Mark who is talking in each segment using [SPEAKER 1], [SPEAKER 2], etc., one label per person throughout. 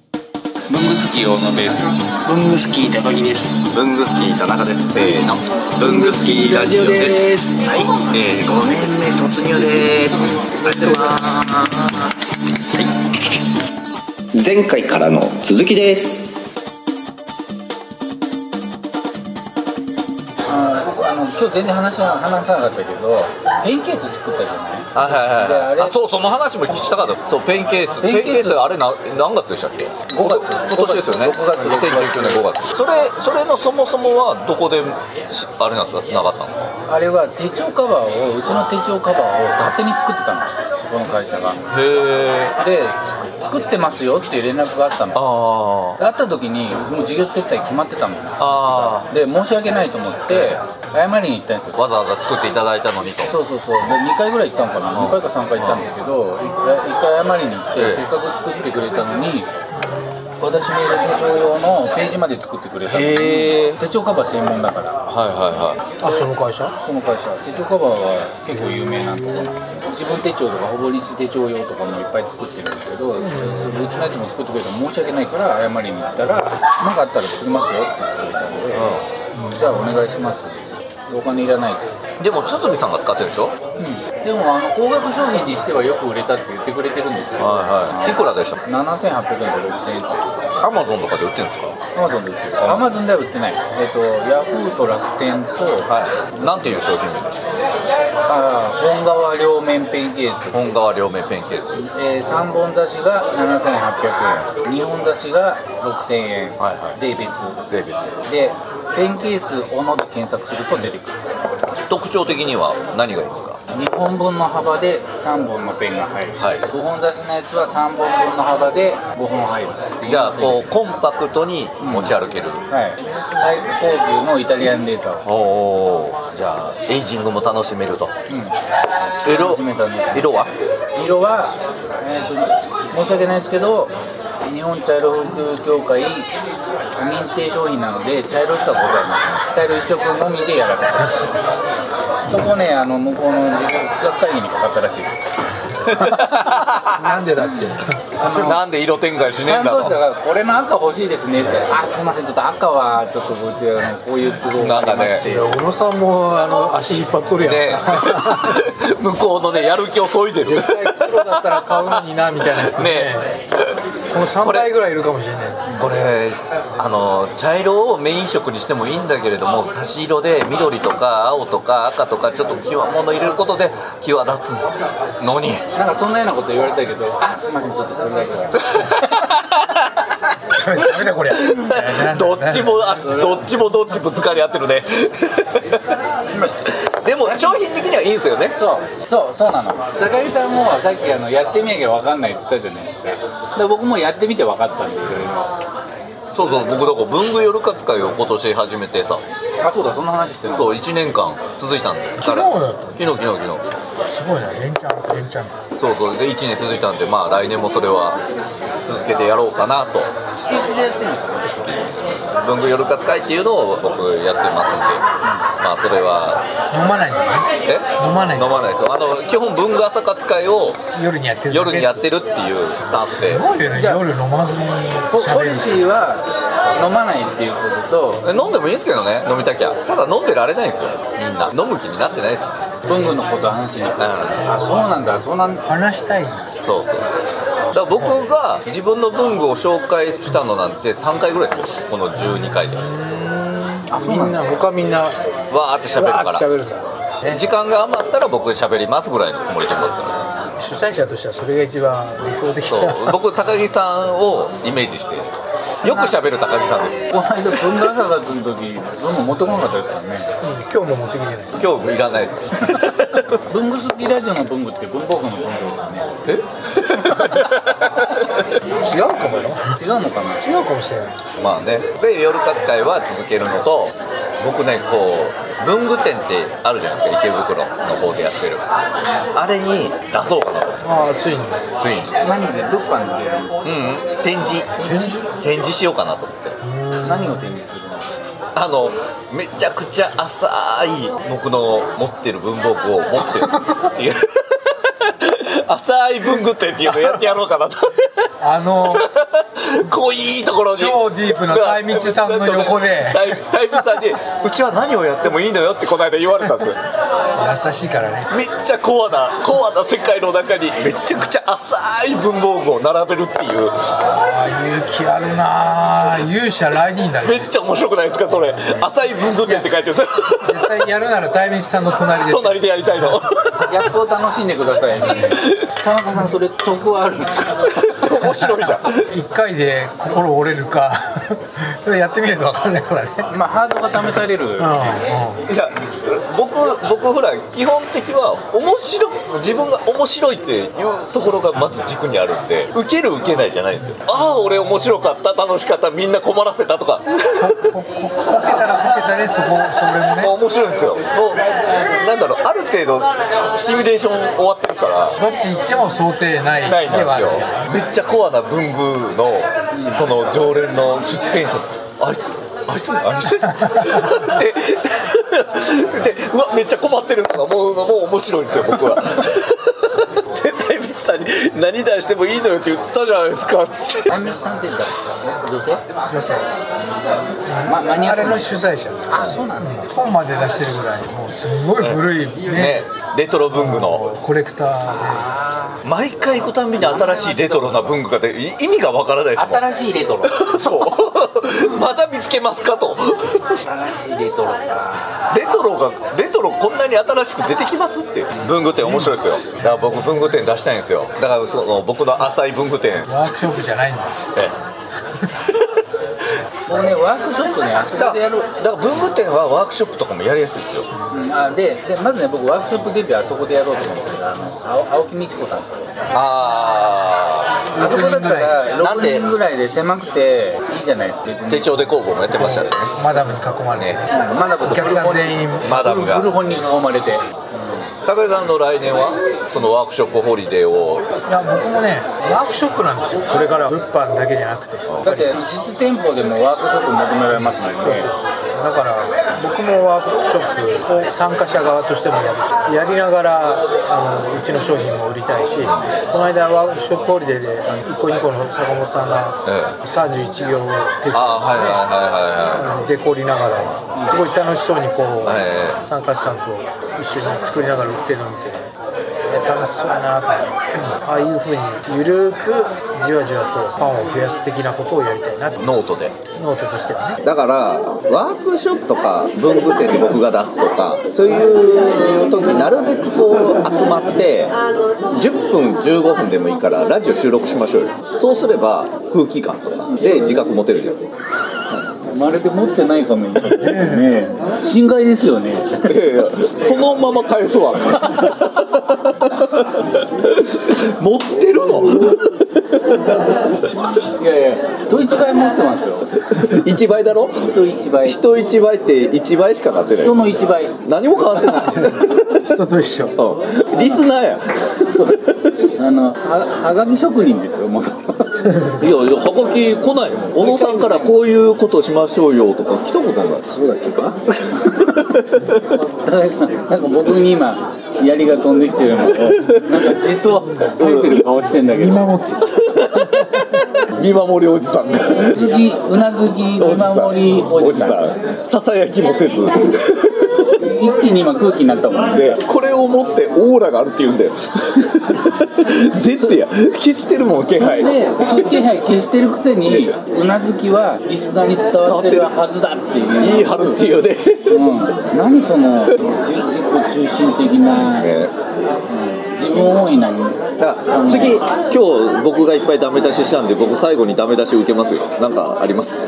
[SPEAKER 1] ングスキー大野です
[SPEAKER 2] 文具スキー高木です。
[SPEAKER 3] ブングスキー田中です。せーの。ブングスキーラジオです。
[SPEAKER 2] す。
[SPEAKER 3] はい。えー、5年目突入です。ありがとうございます。前回からの続きです。
[SPEAKER 1] あの今日全然話しな話さなかったけどペンケース作ったじゃ
[SPEAKER 4] はいはい
[SPEAKER 1] であ
[SPEAKER 4] はい
[SPEAKER 1] れ
[SPEAKER 4] はい。あ、そう、その話もしたかった。そう、ペンケース。
[SPEAKER 1] ペンケース
[SPEAKER 4] ペンケース、あれ、な、何月でしたっけ。
[SPEAKER 1] 五月
[SPEAKER 4] 今年ですよね。
[SPEAKER 1] 六月
[SPEAKER 4] 2019年5月。それ、それのそもそもは、どこで、しあれなんですか、繋がったんですか。
[SPEAKER 1] ないあれは手帳カバーをうちの手帳カバーを勝手に作ってたのそこの会社が
[SPEAKER 4] へえ。
[SPEAKER 1] でつ作ってますよっていう連絡があったの
[SPEAKER 4] ああ。
[SPEAKER 1] あった時にもう事業撤退決まってたもん
[SPEAKER 4] あ
[SPEAKER 1] で申し訳ないと思って謝りに行ったんです
[SPEAKER 4] あ。
[SPEAKER 1] よ
[SPEAKER 4] わざわざ作っていただいたのにと。
[SPEAKER 1] そうそうそうで2回ぐらい行ったのかな2回か3回行ったんですけど1回謝りに行って
[SPEAKER 4] ええ
[SPEAKER 1] せっかく作ってくれたのに私のいる手帳用のページまで作ってくれたの
[SPEAKER 4] へえ。
[SPEAKER 1] 手帳カバー専門だから
[SPEAKER 4] はいはいはい。
[SPEAKER 2] あ、その会社。
[SPEAKER 1] この会社手帳カバーは結構有名なとこなんで自分手帳とかほぼ日手帳用とかもいっぱい作ってるんですけどうちのやつも作ってくれたら申し訳ないから謝りに行ったら何かあったら作りますよって言ってくれたので、じゃあお願いしますお金いらないです
[SPEAKER 4] でも、堤さんが使ってるでしょ。
[SPEAKER 1] うんでもあの高額商品にしてはよく売れたって言ってくれてるんですよ、
[SPEAKER 4] はいはい。いくらでした。
[SPEAKER 1] 7800円と6000円とか
[SPEAKER 4] アマゾンとかで売ってるんですか。
[SPEAKER 1] アマゾンで売ってるアマゾンでは売ってないえっ、とヤフーと楽天と、
[SPEAKER 4] はい。なんていう商品名でした。
[SPEAKER 1] あー本革両面ペンケース、
[SPEAKER 4] 本革両面ペンケース。
[SPEAKER 1] え3本差しが7800円2本差しが6000円、
[SPEAKER 4] はいはい
[SPEAKER 1] 税別
[SPEAKER 4] 税別。
[SPEAKER 1] でペンケースおので検索すると出てくる
[SPEAKER 4] 特徴的には、何がいいですか。
[SPEAKER 1] 2本分の幅で3本のペンが入る、
[SPEAKER 4] はい
[SPEAKER 1] 5本差しのやつは3本分の幅で5本入るっていう
[SPEAKER 4] じゃあこうコンパクトに持ち歩ける、
[SPEAKER 1] はい、最高級のイタリアンレーザーを、
[SPEAKER 4] おおじゃあエイジングも楽しめると
[SPEAKER 1] う
[SPEAKER 4] 色
[SPEAKER 1] 楽しめたね
[SPEAKER 4] 色は
[SPEAKER 1] ん、色は、えーと申し訳ないですけど日本茶色復旧協会認定商品なので茶色しかございません茶色一色のみでやられてますそこねあの向こうの事業学会議にかかったらしいです
[SPEAKER 2] なんでだって。
[SPEAKER 4] なんで色展開しねえ
[SPEAKER 1] 担
[SPEAKER 4] ん
[SPEAKER 1] 当
[SPEAKER 4] だ
[SPEAKER 1] 者
[SPEAKER 4] と
[SPEAKER 1] が「これの赤欲しいですね」って「あすいませんちょっと赤はちょっとこちらのこういう都合がありまして」
[SPEAKER 2] 小野さんも、あの、足引っ張っとるやん。
[SPEAKER 4] ね向こうのねやる気をそいでるね
[SPEAKER 2] 絶対黒だったら買うのになみたいな人ね。この三倍ぐらいいるかもしれない。
[SPEAKER 4] これあの茶色をメイン色にしてもいいんだけれども差し色で緑とか青とか赤とかちょっと際物入れることで際立つのに
[SPEAKER 1] なんかそんなようなこと言われたけど、あ、すみません、ちょっとそれだけは。
[SPEAKER 2] ダメだこれ。
[SPEAKER 4] どっちもあどっちもどっちぶつかり合ってるね でも商品的にはいいんですよね
[SPEAKER 1] そう、そう、そうなの。高木さんもさっきあのやってみなきゃわかんないって言ったじゃないですか。で、僕もやってみてわかったんですよ。今
[SPEAKER 4] そうそう僕だから文具夜活会を今年始めてさ
[SPEAKER 1] あ、そうだ、そんな話してない。
[SPEAKER 4] そう1年間続いたんで
[SPEAKER 2] 昨日だった
[SPEAKER 4] 昨日昨日昨
[SPEAKER 2] すごいな、レンチャン、レンチャン。
[SPEAKER 4] 日そうそうで1年続いたんでまあ来年もそれは続けてやろうかなと
[SPEAKER 1] 月一でやってるんですよ。
[SPEAKER 4] 文具夜活会っていうのを僕やってますんでまあそれは
[SPEAKER 2] 飲まないんだ
[SPEAKER 4] え
[SPEAKER 2] ね。飲まない
[SPEAKER 4] 飲まないですよあの基本文具朝活会を
[SPEAKER 2] 夜にやってるだけ。
[SPEAKER 4] 夜にやってるっていうスタンスです
[SPEAKER 2] ごいよね。
[SPEAKER 1] じゃあ
[SPEAKER 2] 夜飲まずに
[SPEAKER 1] ポポ
[SPEAKER 2] 喋る
[SPEAKER 1] リ。シーは飲まないっていうこと
[SPEAKER 4] え飲んでもいいんですけどね飲みたきゃただ飲んでられないんですよみんな飲む気になってないですね
[SPEAKER 1] と、文具のこと話しに行く。
[SPEAKER 4] うん
[SPEAKER 1] あ、そうなんだ、そうなんだ。
[SPEAKER 2] 話したいんだ。
[SPEAKER 4] そうそうそうだから僕が自分の文具を紹介したのなんて3回ぐらいですよこの12回でわ
[SPEAKER 1] あ、そう
[SPEAKER 2] み
[SPEAKER 1] なん
[SPEAKER 2] ん
[SPEAKER 1] だ。
[SPEAKER 2] な、他みんな。わ
[SPEAKER 4] ーって喋る
[SPEAKER 2] ー
[SPEAKER 4] か
[SPEAKER 2] って喋
[SPEAKER 4] ら
[SPEAKER 2] るんだ。
[SPEAKER 4] 時間が余ったら僕喋りますぐらいのつもりでいますから
[SPEAKER 2] 主催者としてはそれが一番理想的
[SPEAKER 4] そ
[SPEAKER 2] な
[SPEAKER 4] う僕高木さんをイメージしてよく喋る高木さんです
[SPEAKER 1] この間、文具朝活の時、文具持ってこなかったですからね。
[SPEAKER 2] うん今日も持ってきてない
[SPEAKER 4] 今日いらないですから
[SPEAKER 1] 文具好きラジオの文具って文房具の文具ですよね。
[SPEAKER 4] え
[SPEAKER 2] 違うかもよ
[SPEAKER 1] 違うのかな。
[SPEAKER 2] 違うかもしれない
[SPEAKER 4] まあねで夜活会は続けるのと僕ねこう文具店ってあるじゃないですか池袋の方でやってるあれに出そうかなと
[SPEAKER 2] ああついに
[SPEAKER 4] ついに
[SPEAKER 1] 何で物販で
[SPEAKER 4] うんうん、展示
[SPEAKER 2] 展示
[SPEAKER 4] 展示しようかなと思って
[SPEAKER 1] 何を展示するの
[SPEAKER 4] あのめちゃくちゃ浅い僕の持ってる文房具を持ってるって いう浅い文具店っていうのやってやろうかなと
[SPEAKER 2] あの
[SPEAKER 4] 濃いところに
[SPEAKER 2] 超ディープな大道さんの横で
[SPEAKER 4] 大大道さんに「うちは何をやってもいいのよ」ってこの間言われたん ですよ
[SPEAKER 2] 優しいからね
[SPEAKER 4] めっちゃコアなコアな世界の中にめちゃくちゃ浅い文房具を並べるっていう
[SPEAKER 2] ああ勇気あるなあ勇者ライディーンだ
[SPEAKER 4] め
[SPEAKER 2] ね
[SPEAKER 4] っちゃ面白くないですかそれ浅い文具店って書いてるんですよ
[SPEAKER 2] 絶対やるなら大道さんの隣で
[SPEAKER 4] 隣でやりたいの
[SPEAKER 1] やっと楽しんでくださいね田中さんそれ得はあるんですか
[SPEAKER 4] 面白いじゃん
[SPEAKER 2] 1回で心折れるか やってみないと分かんないからね
[SPEAKER 1] まあハードが試される
[SPEAKER 2] うん
[SPEAKER 4] いや僕僕ほら基本的は面白く自分が面白いっていうところがまず軸にあるんで受ける受けないじゃないんですよああ俺面白かった楽しかったみんな困らせたとか
[SPEAKER 2] ここここけたらこけたねそこそれもね
[SPEAKER 4] 面白いんですよもうなんだろうある程度シミュレーション終わってるから
[SPEAKER 2] どっち行っても想定ないで
[SPEAKER 4] ないんです
[SPEAKER 2] はある
[SPEAKER 4] よめっちゃコアな文具のその常連の出店者あいつあいつ 何してんのででうわめっちゃ困ってるとか思うのも面白いんですよ僕は で大仏さんに「何出してもいいのよ」って言ったじゃないですかっつって
[SPEAKER 1] 大道さんって女性
[SPEAKER 2] すいません
[SPEAKER 1] まマニュ
[SPEAKER 2] あ
[SPEAKER 1] ア
[SPEAKER 2] れ
[SPEAKER 1] ル
[SPEAKER 2] の主催者
[SPEAKER 1] あそうなんですね
[SPEAKER 2] 本まで出してるぐらいもうすごい古いね
[SPEAKER 4] ねレトロ文具の
[SPEAKER 2] コレクター
[SPEAKER 4] 毎回行くたんびに新しいレトロな文具が出てい意味がわからないですも
[SPEAKER 1] 新しいレトロ
[SPEAKER 4] んそう また見つけますかと
[SPEAKER 1] 新しいレトロ
[SPEAKER 4] レトロがレトロこんなに新しく出てきますって文具店面白いですよだから僕文具店出したいんですよだからその僕の浅い文具店
[SPEAKER 2] でワークショップじゃないんだ
[SPEAKER 4] え
[SPEAKER 1] もうねワークショップねあそ
[SPEAKER 4] えだ
[SPEAKER 1] こ
[SPEAKER 4] か
[SPEAKER 1] でや
[SPEAKER 4] ら
[SPEAKER 1] る
[SPEAKER 4] だから文具店はワークショップとかもやりやすいですよ
[SPEAKER 1] うんあででまずね僕ワークショップデビューあそこでやろうと思ってたあの青青木美智子さんと
[SPEAKER 4] ああ
[SPEAKER 1] あそこだったら
[SPEAKER 4] なんで
[SPEAKER 1] 6人ぐらいで狭くていいじゃないですか別に
[SPEAKER 4] 手帳で工房もやってましたしね
[SPEAKER 2] マダムに囲まれて
[SPEAKER 4] ね
[SPEAKER 1] マダムと
[SPEAKER 2] お客さん全員
[SPEAKER 4] マダムが
[SPEAKER 1] 古本に囲まれて
[SPEAKER 4] 高井さんの来年はそのワークショップホリデーを
[SPEAKER 2] いや僕もねワークショップなんですよこれから物販だけじゃなくて
[SPEAKER 1] だって実店舗でもワークショップ求められますもんね
[SPEAKER 2] だから僕もワークショップを参加者側としてもやるしやりながらあのうちの商品も売りたいしこの間ワークショップホリデーであの1個2個の坂本さんが31行を手
[SPEAKER 4] あ
[SPEAKER 2] 帳
[SPEAKER 4] あはいはいはいはいはい
[SPEAKER 2] あのデコりながらすごい楽しそうにこ
[SPEAKER 4] は
[SPEAKER 2] う参加者さんと一緒に作りながら売ってるのを見てえー楽しそうやなと思って ああいうふうにゆるくじわじわとファンを増やす的なことをやりたいなと
[SPEAKER 4] ノートで
[SPEAKER 2] ノートとしてはね
[SPEAKER 4] だからワークショップとか文具店で僕が出すとかそういう時なるべくこう集まって10分15分でもいいからラジオ収録しましょうよそうすれば空気感とかで自覚持てるじゃん
[SPEAKER 1] まるで持ってないかもね侵害ですよね
[SPEAKER 4] いやいやそのまま返 すわ持ってるの
[SPEAKER 1] いやいや人一倍持ってますよ
[SPEAKER 4] 1倍だろ
[SPEAKER 1] 人一倍
[SPEAKER 4] 人1倍って1倍しかなってない
[SPEAKER 1] 人の一倍
[SPEAKER 4] 何も変わって ない
[SPEAKER 2] 人と一緒
[SPEAKER 4] うんリスナーや
[SPEAKER 1] あのははがき職人ですよ元
[SPEAKER 4] いやいやはがき来ないもん小野さんからこういうことしましょうよとか来たことないそうだっけか
[SPEAKER 1] 高井さんなんか僕に今槍が飛んできてるのをなんかじっと耐えてる顔してんだけど
[SPEAKER 4] な見守りおじさんが
[SPEAKER 1] うなずきうなずき見
[SPEAKER 4] おじさん
[SPEAKER 1] 守りおじさん
[SPEAKER 4] んささやきもせず
[SPEAKER 1] 一気に今空気になったもんね
[SPEAKER 4] でこれを持ってオーラがあるって言うんだよ 絶や消してるもん気配
[SPEAKER 1] で、そういう気配消してるくせに、うなずきはリスナーに伝わってるはずだっていう、
[SPEAKER 4] いい春っていうね
[SPEAKER 1] うん、何そのじ自己中心的な、
[SPEAKER 4] ね
[SPEAKER 1] 自分本位なに、
[SPEAKER 4] だから次今日僕がいっぱいダメ出ししたんで僕最後にダメ出し受けますよなんかあります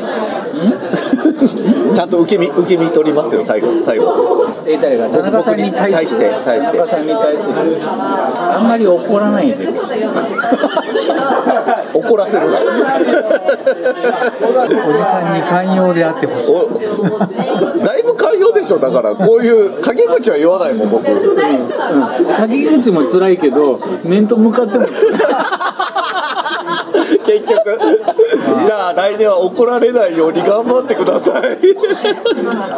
[SPEAKER 4] ちゃんと受け身受け身取りますよ最後最後
[SPEAKER 1] え誰が、田中さんに対する、
[SPEAKER 4] 僕に対して対して
[SPEAKER 1] 田中さんに対する、あんまり怒らないで、
[SPEAKER 4] 怒らせるな
[SPEAKER 2] おじさんに寛容であってほしい
[SPEAKER 4] おだいぶ寛容でしょだからこういう陰口は言わないもん僕
[SPEAKER 1] 鍵口も辛いけど、面と向かっても辛い、
[SPEAKER 4] 結局じゃあ来年は怒られないように頑張ってくださ い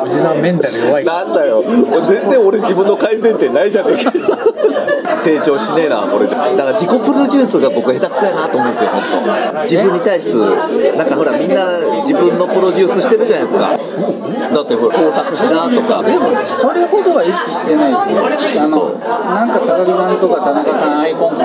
[SPEAKER 2] おじさんメンタル弱い
[SPEAKER 4] なんだよ全然俺自分の改善点ないじゃねえか成長しねえなこれじゃだから自己プロデュースが僕下手くそやなと思うんですよ本当自分に対してなんかほらみんな自分のプロデュースしてるじゃないですかだってほら工作しなとか
[SPEAKER 1] でもそれほどは意識してないですねあのなんか高木さんとか田中さんアイコン僕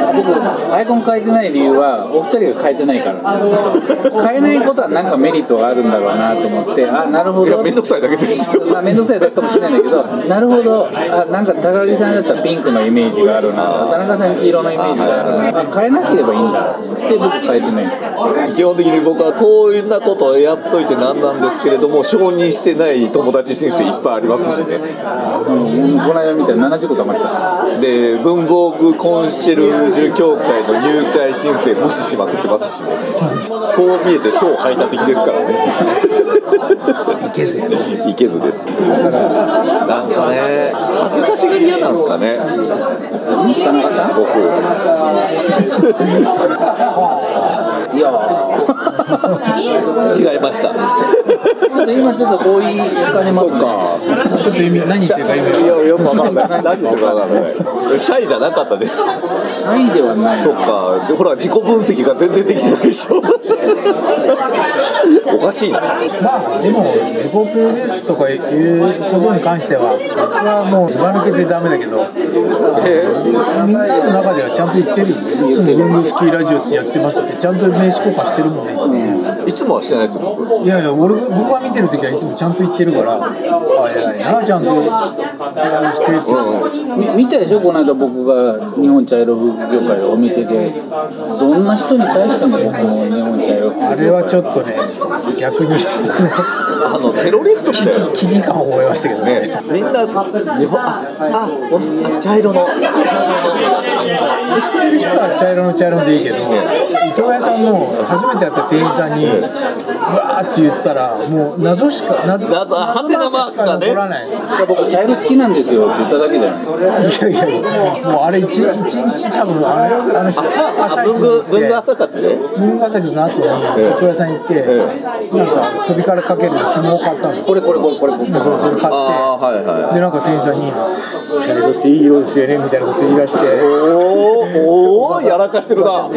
[SPEAKER 1] アイコン変えてない理由はお二人が変えてないからなんですよ変えないことはなんかメリットがあるんだろうなと思ってあなるほ
[SPEAKER 4] いや
[SPEAKER 1] ど
[SPEAKER 4] 面倒くさいだけですよ
[SPEAKER 1] まあ、面倒くさいだけかもしれないんだけど、なるほど、あなんか高木さんだったらピンクのイメージがあるな、田中さん黄色のイメージがあるな、あ変えなければいいんだって、僕、変えてないんですよ。
[SPEAKER 4] 基本的に僕はこういうなことをやっといてなんなんですけれども承認してない友達申請いっぱいありますしね
[SPEAKER 1] うん、この間見たら70個溜まってた。
[SPEAKER 4] で文房具コンシェルジュ協会の入会申請無視しまくってますしねこう見えて超排他的ですからね
[SPEAKER 2] いけずやね
[SPEAKER 4] いけずですなんかね恥ずかしがり屋なんですかね
[SPEAKER 1] 田中さん
[SPEAKER 4] 僕
[SPEAKER 1] いやー
[SPEAKER 4] 違いました
[SPEAKER 1] ちょっと今ちょっとこう言い聞かれます
[SPEAKER 4] そっ
[SPEAKER 1] ね。
[SPEAKER 4] か
[SPEAKER 2] ちょっと意味何言ってるか意味
[SPEAKER 4] いやよくわかんない何言ってるかわかんないシャイじゃなかったです
[SPEAKER 1] シャイではない。
[SPEAKER 4] そっか、でほら、自己分析が全然できてないでしょ。おかしいな。
[SPEAKER 2] まあでも自己プロデュースとかいうことに関しては僕はもうずば抜けてダメだけど
[SPEAKER 4] え
[SPEAKER 2] みんなの中ではちゃんと言ってるよねいつもブングスキーラジオってやってますってちゃんと名刺交換してるもんねいつもね
[SPEAKER 4] いつもはしてないですよ、僕。
[SPEAKER 2] いやいや俺僕が見てる時はいつもちゃんと言ってるからあ偉いなちゃんとやるしてるし
[SPEAKER 1] み見たでしょこの間僕が日本茶色文具業界のお店でどんな人に対しても僕も日本茶色文具業界
[SPEAKER 2] あれはちょっとね逆に
[SPEAKER 4] あの、テロリストみたいな。
[SPEAKER 2] 危機感を覚えましたけどね
[SPEAKER 4] ね、みんな、そ日本、あ、あ、おあ茶色の。
[SPEAKER 2] 知ってる人は茶色の茶色でいいけど、伊藤屋さんの初めてやった店員さんに、うわーって言ったら、もう謎しか、謎
[SPEAKER 4] 謎ハテナマークがね
[SPEAKER 2] しか残らない。い
[SPEAKER 1] いや僕茶色好きなんですよって言っただけじゃないですか
[SPEAKER 2] やいや、もうあれ一、一日多分あれ、あの人、
[SPEAKER 4] あ、
[SPEAKER 2] 朝一
[SPEAKER 4] 文具、文具朝活で。
[SPEAKER 2] 文化祭の後に、伊藤屋さん行って、なんか首からかける紐を買ったんです
[SPEAKER 1] これこれこれこれこれ
[SPEAKER 2] そうそれ買
[SPEAKER 4] あ
[SPEAKER 2] って。
[SPEAKER 4] あ、はいはい。
[SPEAKER 2] でなんか店員さんに「茶色っていい色ですよね」みたいなこと言い出して
[SPEAKER 4] おーおーやらかしてるな。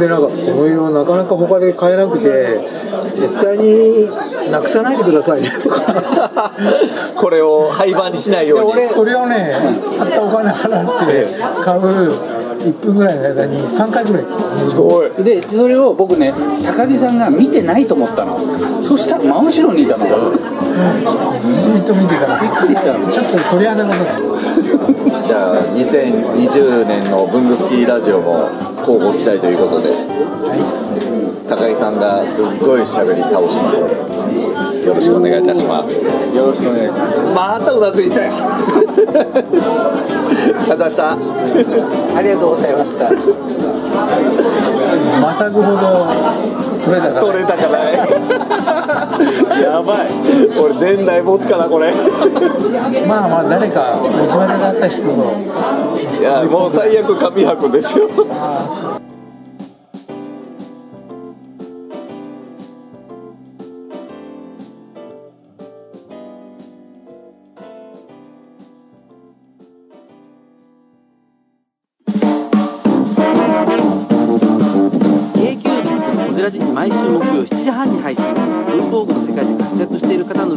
[SPEAKER 2] でなんかこの色なかなか他で買えなくて絶対になくさないでくださいねとか
[SPEAKER 4] これを廃盤にしないよ
[SPEAKER 2] で
[SPEAKER 4] うに
[SPEAKER 2] 俺。それをねたったお金払って買う1分ぐらいの間に3回ぐらい
[SPEAKER 4] すごい。
[SPEAKER 1] でそれを僕ね高木さんが見てないと思ったのそしたら真後ろにいたのびっ
[SPEAKER 2] じーっと見てたら
[SPEAKER 1] くりしたの
[SPEAKER 2] ちょっと鳥肌が立った
[SPEAKER 4] じゃあ、2020年の文具好きラジオも交互期待ということで。高木さんがすっごい喋り倒しますのでよろしくお願いいたします
[SPEAKER 1] よろしくお願いします
[SPEAKER 4] またうなずいたよありがとうございました
[SPEAKER 1] ありがとうございました
[SPEAKER 2] またぐほど取れたから
[SPEAKER 4] 取れた かないやばい俺年内持つかなこれ
[SPEAKER 2] まあまあ誰か道端で会った人の
[SPEAKER 4] いやもう最悪紙箱ですよ
[SPEAKER 5] 「k q b のこじらじ」毎週木曜7時半に配信文房具の世界で活躍している方の